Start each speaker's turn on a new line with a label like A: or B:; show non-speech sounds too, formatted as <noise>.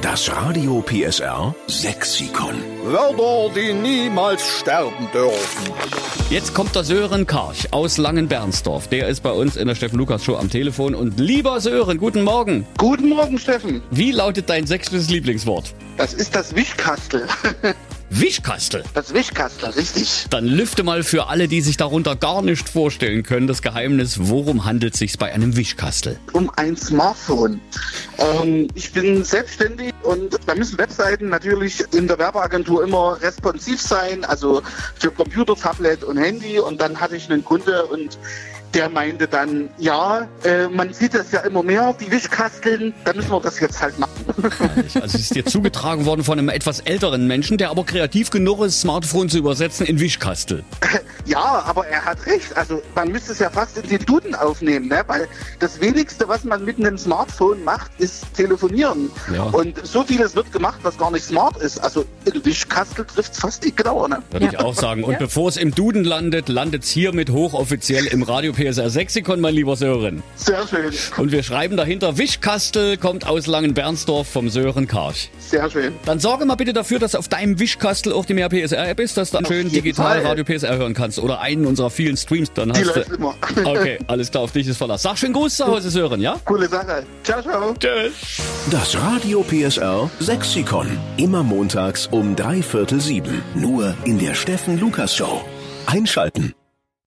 A: Das Radio PSR Sexikon.
B: Wörter, die niemals sterben dürfen.
C: Jetzt kommt der Sören Karch aus Langenbernsdorf. Der ist bei uns in der Steffen Lukas Show am Telefon. Und lieber Sören, guten Morgen.
D: Guten Morgen, Steffen.
C: Wie lautet dein sechstes Lieblingswort?
D: Das ist das Wischkastel. <laughs>
C: Wischkastel.
D: Das Wischkastel, richtig.
C: Dann lüfte mal für alle, die sich darunter gar nicht vorstellen können, das Geheimnis, worum handelt es sich bei einem Wischkastel?
D: Um ein Smartphone. Ähm, ich bin selbstständig und da müssen Webseiten natürlich in der Werbeagentur immer responsiv sein, also für Computer, Tablet und Handy. Und dann hatte ich einen Kunde und der meinte dann, ja, äh, man sieht das ja immer mehr, die Wischkasteln, da müssen wir das jetzt halt machen.
C: Also es ist dir <laughs> zugetragen worden von einem etwas älteren Menschen, der aber kreativ genug ist, Smartphone zu übersetzen in Wischkastel.
D: Ja, aber er hat recht. Also man müsste es ja fast in den Duden aufnehmen, ne? weil das Wenigste, was man mit einem Smartphone macht, ist telefonieren.
C: Ja.
D: Und so vieles wird gemacht, was gar nicht smart ist. Also in Wischkastel trifft es fast die genauer. Ne?
C: Würde ich auch sagen. Und bevor es im Duden landet, landet es hiermit hochoffiziell im Radio PSR Sexikon, mein lieber Sören.
D: Sehr schön,
C: Und wir schreiben dahinter, Wischkastel kommt aus Langenbernsdorf vom Sören Karsch.
D: sehr schön.
C: Dann sorge mal bitte dafür, dass auf deinem Wischkastel auch die mehr PSR-App ist, dass du dann
D: Auf
C: schön
D: jeden
C: digital
D: Fall.
C: Radio PSR hören kannst oder einen unserer vielen Streams. Dann
D: Die
C: hast
D: läuft
C: du.
D: immer.
C: Okay, alles klar, auf dich ist Verlass. Sag schönen Gruß zu Hause, Sören, ja?
D: <laughs> Coole Sache. Ciao, ciao.
A: Das Radio PSR Sexikon. Immer montags um drei Viertel sieben. Nur in der Steffen Lukas Show. Einschalten.